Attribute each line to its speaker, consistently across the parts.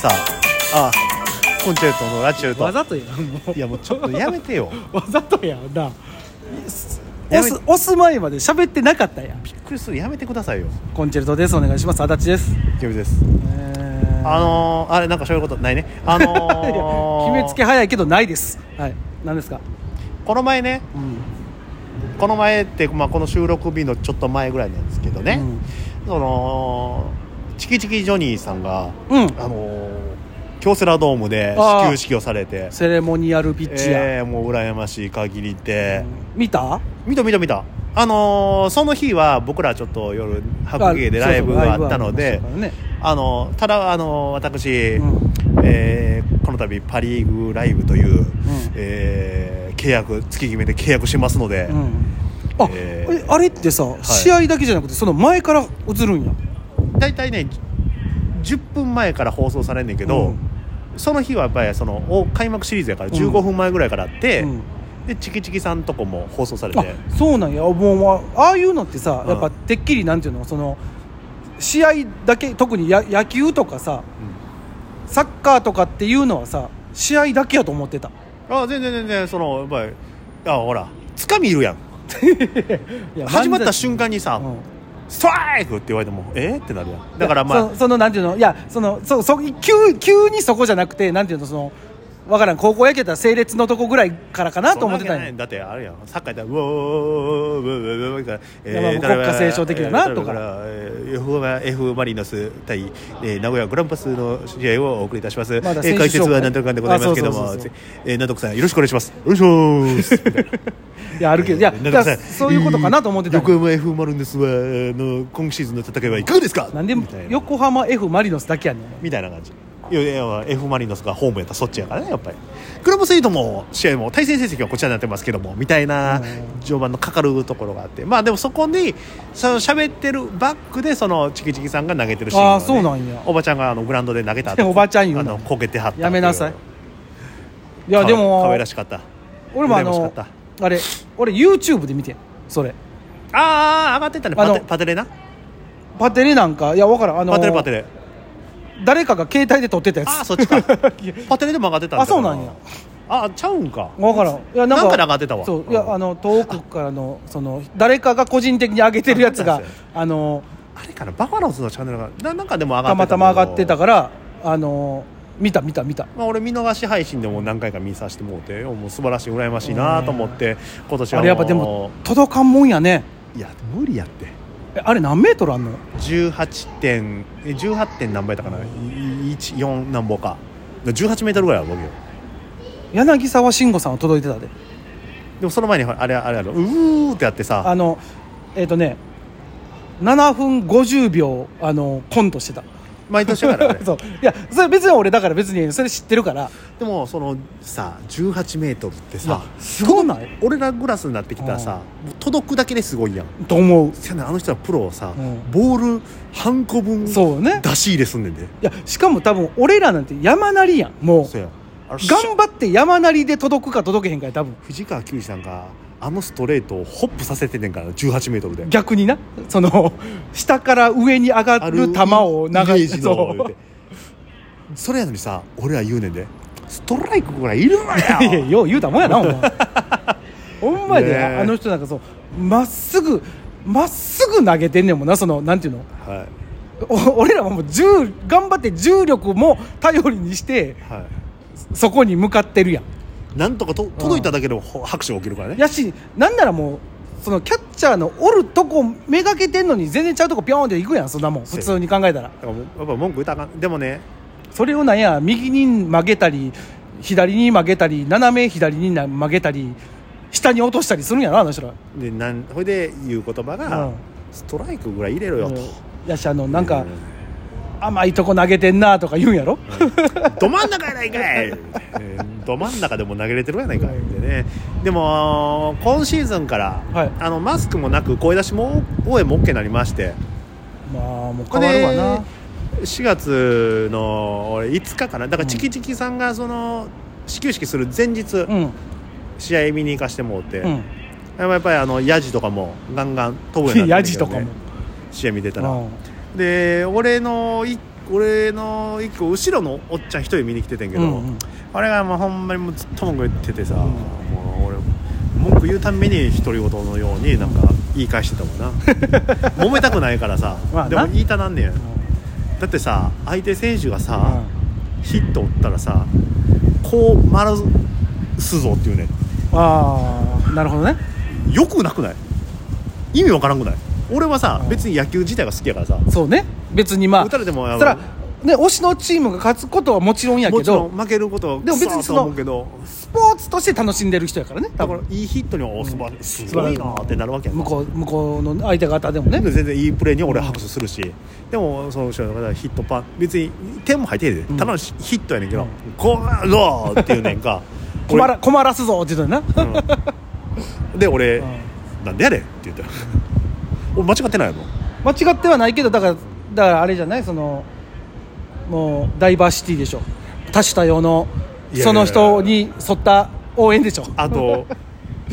Speaker 1: さあコンチェルトのラチュー
Speaker 2: わ
Speaker 1: ト
Speaker 2: ざとやんも
Speaker 1: いやもうちょっとやめてよ
Speaker 2: う わざとやんな
Speaker 1: やめ
Speaker 2: 押す押す前まで喋ってなかったやん
Speaker 1: びっくりするやめてくださいよ
Speaker 2: コンチェルトですお願いします足立です
Speaker 1: 急です
Speaker 2: えー
Speaker 1: あのー、あれなんかそういうことないねあ
Speaker 2: いや
Speaker 1: のー、
Speaker 2: 決めつけ早いけどないですはい何ですか
Speaker 1: この前ね
Speaker 2: うん
Speaker 1: この前って、まあ、この収録日のちょっと前ぐらいなんですけどね、そのチキチキジョニーさんが、
Speaker 2: うん
Speaker 1: あのー京セラドームで
Speaker 2: あー
Speaker 1: 始球式をされて
Speaker 2: セレモニアルピッチや、
Speaker 1: えーもう羨ましい限りで、
Speaker 2: 見た
Speaker 1: 見た見た見たあのーその日は僕らちょっと夜白芸で
Speaker 2: あそう
Speaker 1: ライ
Speaker 2: そう
Speaker 1: ブがあったので
Speaker 2: ライブありましたか
Speaker 1: あのーただあのー私、
Speaker 2: うん
Speaker 1: えーこの度パ・リーグライブという、えー契約月決めで契約しますので、
Speaker 2: らねうんあ、
Speaker 1: え
Speaker 2: え
Speaker 1: ー
Speaker 2: あれってさ、
Speaker 1: い
Speaker 2: 試合だけじゃなくてその前から映るんや
Speaker 1: 大体ね10分前から放送されんねんけど、
Speaker 2: うん
Speaker 1: その日はやっぱりそのお開幕シリーズやから
Speaker 2: うん
Speaker 1: 15分前ぐらいからあって、
Speaker 2: うん
Speaker 1: でチキチキさんとこも放送されて
Speaker 2: あそうなんやもうもうああいうのってさ、
Speaker 1: うん
Speaker 2: やっぱてっきりなんていうのその試合だけ特にや野球とかさ、サッカーとかっていうのはさ試合だけやと思ってた
Speaker 1: あ全然全然そのやっぱりあほらつかみいるやん始まった瞬間にさ、
Speaker 2: 間
Speaker 1: ストライクって言われてもえーってなるやんだからまあ
Speaker 2: そそのなんていうのいやそのそそ急急にそこじゃなくてなんていうのそのわからん高校野球やったら整列のとこぐらいからかなと思ってた
Speaker 1: そんなわけ
Speaker 2: ん
Speaker 1: な
Speaker 2: や
Speaker 1: いだってあれやんサッカーやったらうおーうおーうおーうおーうおーうおーうおーうおーうおーうえ
Speaker 2: いやまあ
Speaker 1: ー
Speaker 2: 国家斉唱的だな
Speaker 1: えー
Speaker 2: とか
Speaker 1: えー F マ F マリノス対、えー名古屋グランパスの試合をお送りいたします、
Speaker 2: まだ
Speaker 1: えー
Speaker 2: 選手
Speaker 1: 解説
Speaker 2: 紹
Speaker 1: は
Speaker 2: 介
Speaker 1: なんとかんでございますけども
Speaker 2: あそうそうそうそう
Speaker 1: えーなんとかさんよろしくお願いしますよろしくお願いします
Speaker 2: いやあるけどいや
Speaker 1: えーなんとかさ
Speaker 2: だか
Speaker 1: ん
Speaker 2: らそういうことかなと思ってたん
Speaker 1: 横
Speaker 2: や
Speaker 1: 浜 F マリノスはあの今シーズンの戦いはいかがですか
Speaker 2: なんで
Speaker 1: みたいな
Speaker 2: 横浜 F ・マリノスだけやねん
Speaker 1: みたいな感じいやいや F ・マリノスがホームやったらそっちやからねやっぱりクラブスイートも試合も対戦成績はこちらになってますけどもみたいな序盤のかかるところがあってまあでもそこにその喋ってるバックでそのチキチキさんが投げてるシーンをね
Speaker 2: あーそうなんや
Speaker 1: おばちゃんがあのグラウンドで投げた後
Speaker 2: おばちゃん言う
Speaker 1: あ
Speaker 2: な
Speaker 1: のこけてはったってう
Speaker 2: やめなさいい
Speaker 1: い
Speaker 2: やで
Speaker 1: か
Speaker 2: も
Speaker 1: わいらしかった
Speaker 2: 俺もあ
Speaker 1: 羨まし
Speaker 2: の
Speaker 1: かっ
Speaker 2: あれ俺 YouTube で見てんそれ
Speaker 1: ああ上がってったね
Speaker 2: あ
Speaker 1: パ
Speaker 2: の
Speaker 1: テパテレな
Speaker 2: パテレなんかいやわからんあの
Speaker 1: パテレパテレ
Speaker 2: 誰かが携帯で撮ってたや
Speaker 1: ああ
Speaker 2: つ
Speaker 1: そっち かパテレでも上がってただ
Speaker 2: あそうなんや
Speaker 1: ああちゃうんか
Speaker 2: わからんいや
Speaker 1: なんかで上がってたわ
Speaker 2: そう
Speaker 1: うん
Speaker 2: いやあの遠くからのその誰かが個人的に上げてるやつ
Speaker 1: あ
Speaker 2: が
Speaker 1: そうなんです
Speaker 2: あの
Speaker 1: あれかなバファローズのチャンネルがななんかでも上がって
Speaker 2: たまたま上がってた
Speaker 1: ら、
Speaker 2: からあの見た見た見た
Speaker 1: まあ、俺見逃し配信でも何回か見させてもうてもう素晴らしい羨ましいなと思って今年は
Speaker 2: あれやっぱでも届かんもんやね
Speaker 1: いや無理やって
Speaker 2: えあれ何メートルあんの
Speaker 1: 18点え18点何倍だったかないい14何本か18メートルぐらいあるわけよ
Speaker 2: 柳沢慎吾さんは届いてたで
Speaker 1: でもその前にほらあれあれあれうーってやってさ
Speaker 2: あのえっ、とね7分50秒あのコントしてた
Speaker 1: 毎年だからあれ
Speaker 2: そういやそれ別に俺だから別にそれ知ってるから
Speaker 1: でもそのさ18メートルって
Speaker 2: いや
Speaker 1: さ
Speaker 2: すごない
Speaker 1: 俺らグラスになってきたらさもう届くだけですごいやん
Speaker 2: と思う
Speaker 1: せやねんあの人はプロをさ、
Speaker 2: うん
Speaker 1: ボール半個分
Speaker 2: そうね
Speaker 1: 出し入れすんねんで
Speaker 2: いやしかも多分俺らなんて山なりやんもう
Speaker 1: そうやあれ
Speaker 2: 頑張って山なりで届くか届けへんかや多分
Speaker 1: 藤川球児さんがあのストレートをホップさせてんねんから1 8ルで
Speaker 2: 逆になその 下から上に上がる球を
Speaker 1: イメ
Speaker 2: 長
Speaker 1: ー
Speaker 2: い
Speaker 1: ジ
Speaker 2: そ
Speaker 1: の言う
Speaker 2: う
Speaker 1: てそれやのにさ俺ら言うねんでストライクぐらいいるわよ
Speaker 2: いやよう言うたもんやなお 前ほんま
Speaker 1: ね
Speaker 2: で
Speaker 1: え
Speaker 2: あの人なんかそうまっすぐまっすぐ投げてんねんもんなそのなんていうの
Speaker 1: は
Speaker 2: お俺らはもう重頑張って重力も頼りにして
Speaker 1: い、は
Speaker 2: そこに向かってるやん
Speaker 1: い、なんとかと届いただけでもほ拍手が起きるからね
Speaker 2: やしなんならもうそのキャッチャーのおるとこめがけてんのに全然ちゃうとこピョーンっていくやんそんなもん普通に考え
Speaker 1: だ
Speaker 2: たら
Speaker 1: からもうやっぱ文句言ったらあかんでもね
Speaker 2: それをなんや右に曲げたり左に曲げたり斜め左にな曲げたり下に落としたりするんやろあの人ら
Speaker 1: でなんほいで言う言葉が、
Speaker 2: うん
Speaker 1: ストライクぐらい入れろよと、
Speaker 2: やしあのなん
Speaker 1: う
Speaker 2: か
Speaker 1: ん
Speaker 2: 甘いとこ投げてんなとか言うんやろ
Speaker 1: ど真ん中やないかいえー ど真ん中でも投げれてるやないかいってねでも今シーズンから、
Speaker 2: はい
Speaker 1: あのマスクもなく声出しも応援も OK になりまして
Speaker 2: まあもう変わるわな
Speaker 1: これで4月の俺5日かなだからチキチキさんがその始球式する前日、
Speaker 2: うん
Speaker 1: 試合見に行かしてもうて、
Speaker 2: うん
Speaker 1: やっぱりあのヤジとかもガンガン飛ぶようになってんね
Speaker 2: ヤ
Speaker 1: ん
Speaker 2: ジ
Speaker 1: けど
Speaker 2: と
Speaker 1: ね
Speaker 2: かも
Speaker 1: 試合見てたら、
Speaker 2: うん
Speaker 1: で俺の1俺の一個後ろのおっちゃん一人見に来ててんけど、
Speaker 2: うんうん
Speaker 1: あれがもうほんまにもうずっと文句言っててさ、もう俺文句言うたんびに独り言のようになんか言い返してたもんな 揉めたくないからさ、
Speaker 2: まあ
Speaker 1: で
Speaker 2: な
Speaker 1: も言いたなんねんだってさ相手選手がさ、ヒット打ったらさこう丸すぞっていうね
Speaker 2: ああなるほどね
Speaker 1: よくなくない意味わからんくない俺はさ、
Speaker 2: うん
Speaker 1: 別に野球自体が好きやからさ
Speaker 2: そうね別にまあ
Speaker 1: 打たれても
Speaker 2: そ
Speaker 1: や
Speaker 2: したら、ね、推しのチームが勝つことはもちろんや
Speaker 1: も
Speaker 2: け
Speaker 1: ちろん
Speaker 2: ど
Speaker 1: 負けることは
Speaker 2: でも別に
Speaker 1: クソ
Speaker 2: そ
Speaker 1: だと
Speaker 2: の
Speaker 1: 思うけど
Speaker 2: スポーツとして楽しんでる人やからね多
Speaker 1: だから
Speaker 2: 分
Speaker 1: いいヒットにはおすばすごいなってなるわけやな
Speaker 2: 向こう向こうの相手方でもね、
Speaker 1: 全然いいプレーに俺は拍手するし、でもその後ろの方はヒットパン別に点も入ってへんで、
Speaker 2: ん
Speaker 1: ただのヒットやねんけど
Speaker 2: うん
Speaker 1: 「ゴーゴー!」っていうねん か
Speaker 2: 困ら困らすぞって言 うとんな、
Speaker 1: 俺うんで俺、
Speaker 2: うん
Speaker 1: なんでやれんって言ったよ俺間違ってないの
Speaker 2: 間違ってはないけどだからだからあれじゃないそのもうダイバーシティでしょ多種多様の
Speaker 1: いやいやいや
Speaker 2: その人に沿った応援でしょ
Speaker 1: あ と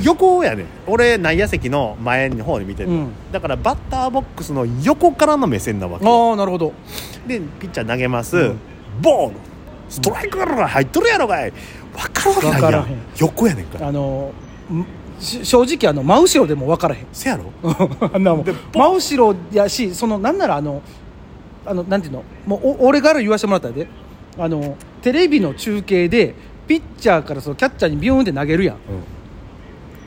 Speaker 1: 横やねん俺内野席の前の方に見てる、
Speaker 2: うん
Speaker 1: だからバッターボックスの横からの目線なわけよ
Speaker 2: ああなるほど
Speaker 1: でピッチャー投げます、
Speaker 2: うん
Speaker 1: ボールストライクから入っとるやろがい分かるわけない
Speaker 2: わ
Speaker 1: や
Speaker 2: から
Speaker 1: ん
Speaker 2: へん
Speaker 1: 横やねんから
Speaker 2: あのんし正直あの真後ろでも分からへん
Speaker 1: せやろ
Speaker 2: あんなもん
Speaker 1: で
Speaker 2: 真後ろやしそのなんならあのあのなんていうのもうお俺から言わせてもらったらであのテレビの中継でピッチャーからそのキャッチャーにビューンって投げるやん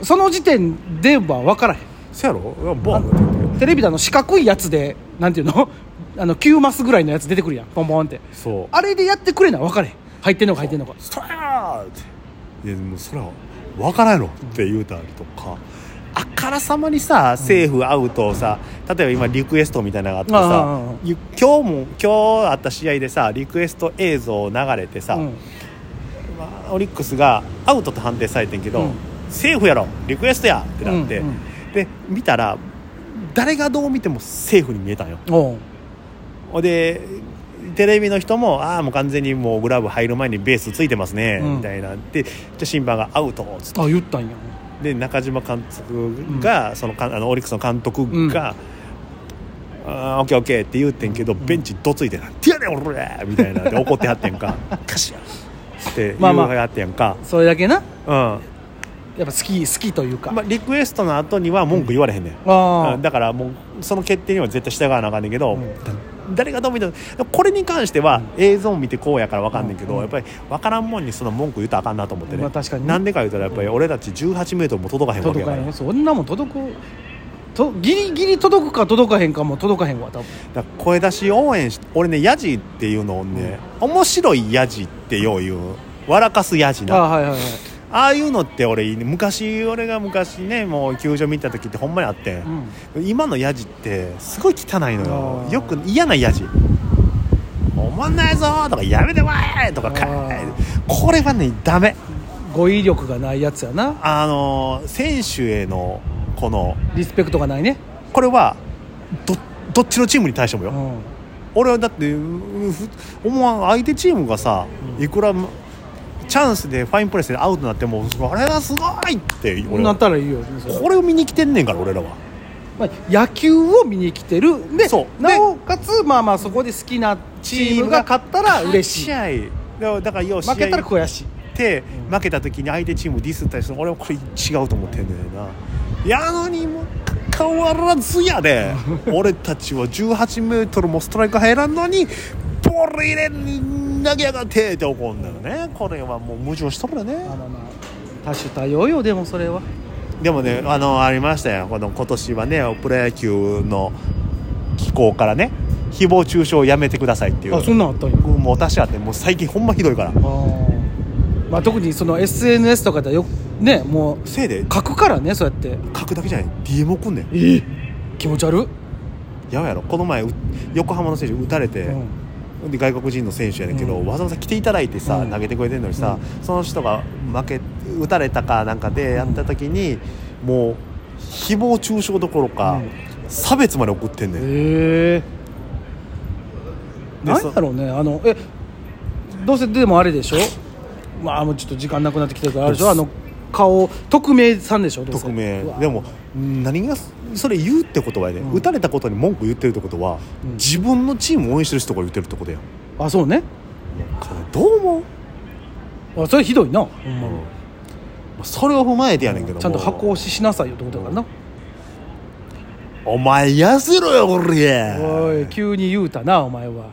Speaker 2: その時点では分からへん
Speaker 1: せやろボールって言って
Speaker 2: テレビであの四角いやつでなんていうの あの9マスぐらいのやつ出てくるやんポンポンって
Speaker 1: そう
Speaker 2: あれでやってくれな分かれへん入ってんのか入ってんのか
Speaker 1: ストライクっていやもうそれは分からんのって言うたりとかあからさまにさセーフアウトをさ例えば今リクエストみたいなのがあって
Speaker 2: うんうんうん
Speaker 1: さゆ今日も今日あった試合でさリクエスト映像流れてさ、
Speaker 2: うん
Speaker 1: まあオリックスがアウトと判定されてんけど、
Speaker 2: うん
Speaker 1: セーフやろリクエストやってなって、
Speaker 2: うんう
Speaker 1: で見たら誰がどう見てもセーフに見えたんよ
Speaker 2: おう
Speaker 1: でテレビの人もああもう完全にもうグラブ入る前にベースついてますね、
Speaker 2: うん
Speaker 1: みたいなでじゃあ審判がアウトっつって
Speaker 2: あ言ったんや
Speaker 1: で中島監督が、そのかあのオリックスの監督が、あーオッケーオッケーって言うてんけど、ベンチどついてなんてやねん俺みたいなで怒ってはってん かカシやって言
Speaker 2: まあ
Speaker 1: う
Speaker 2: まあ
Speaker 1: はやってんか、
Speaker 2: それだけな
Speaker 1: うん
Speaker 2: やっぱ好き好きというか、
Speaker 1: まあ、リクエストの後には文句言われへんねん、
Speaker 2: あ
Speaker 1: うんだからもうその決定には絶対従わなあかんねんけど、誰がどう見てもこれに関しては映像を見てこうやから分かんねんけど、やっぱり分からんもんにその文句言ったらあかんなと思ってね、
Speaker 2: まあ確かにね
Speaker 1: なんでか言うたらやっぱり俺たち1 8メートルも届かへんわけ
Speaker 2: 届
Speaker 1: や
Speaker 2: か
Speaker 1: から
Speaker 2: へ
Speaker 1: だ
Speaker 2: ん
Speaker 1: か
Speaker 2: そんなもん届くとギリギリ届くか届かへんかも届かへんわ多分
Speaker 1: ら声出し応援し俺ねヤジっていうのをね、面白いヤジってよう言う笑かすヤジ
Speaker 2: あ
Speaker 1: なあ
Speaker 2: はいはいはい、
Speaker 1: あいうのって俺昔俺が昔ねもう球場見た時ってほんまにあって、
Speaker 2: うん、
Speaker 1: 今のヤジってすごい汚いの
Speaker 2: あ
Speaker 1: よ
Speaker 2: ー
Speaker 1: よく嫌なヤジ「おもんないぞ」とか「やめてわーい!」とか
Speaker 2: あ
Speaker 1: か
Speaker 2: ー
Speaker 1: これはねダメ
Speaker 2: 語彙力がないやつやな
Speaker 1: あのー選手へのこの
Speaker 2: リスペクトがないね、
Speaker 1: これはどどっちのチームに対しても
Speaker 2: う
Speaker 1: よ、
Speaker 2: ん、
Speaker 1: 俺はだってうふ思わん相手チームがさいくらチャンスでファインプレスでアウトになってもあれはすごいって俺
Speaker 2: な
Speaker 1: は
Speaker 2: ったらいいよ
Speaker 1: これを見に来てんねんから俺らは。
Speaker 2: まあ、野球を見に来てるで
Speaker 1: そう
Speaker 2: なおかつまあまあそこで好きなチームが勝ったら嬉しい
Speaker 1: 試合だからだから要は試合
Speaker 2: 負けたら悔しい
Speaker 1: って負けた時に相手チームディスったりするの俺はこれ違うと思ってんだよなやのにもか変わらずや で俺たちは1 8ルもストライク入らんのにボール入れん投げやがってって怒るんだよねこれはもう矛盾しとるよね
Speaker 2: まあまあまあ多種多様よでもそれは
Speaker 1: でもねあのありましたよこの今年はねプロ野球の機構からね誹謗中傷をやめてくださいっていう
Speaker 2: あそんなんあったんや
Speaker 1: 僕もう私あってもう最近ほんまひどいから
Speaker 2: あーまあ特にその SNS とかではよくねもう
Speaker 1: せいで
Speaker 2: 書くからねそうやって
Speaker 1: 書くだけじゃない DM 送んねん
Speaker 2: え気持ち悪っ、
Speaker 1: やばいやろこの前う横浜の選手打たれて、
Speaker 2: うん
Speaker 1: で外国人の選手やねんけど、
Speaker 2: うん
Speaker 1: わざわざ来ていただいてさ、
Speaker 2: うん
Speaker 1: 投げてくれてんのにさ、その人が負け打たれたかなんかでやった時に、もう誹謗中傷どころか、差別まで送ってんねん、
Speaker 2: え
Speaker 1: で
Speaker 2: なん
Speaker 1: そ
Speaker 2: やろうねあのえどうせでもあれでしょまあもうちょっと時間なくなってきてるからあれでしょあの顔匿名さんでしょどうせ
Speaker 1: 匿名
Speaker 2: うわ
Speaker 1: でも何がそれ言うってことはね、
Speaker 2: うん
Speaker 1: 打たれたことに文句言ってるってことは、
Speaker 2: うん
Speaker 1: 自分のチームを応援してる人が言ってるってことやん
Speaker 2: あそうね
Speaker 1: どう思う、
Speaker 2: あそれひどいなほんまに
Speaker 1: まあそれを踏まえてやねんけども
Speaker 2: ちゃんと箱押ししなさいよってことだからな
Speaker 1: お前痩せろよこれ
Speaker 2: おい急に言うたなお前は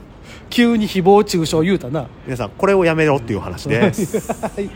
Speaker 2: 急に誹謗中傷言うたな
Speaker 1: 皆さんこれをやめろっていう話です
Speaker 2: はい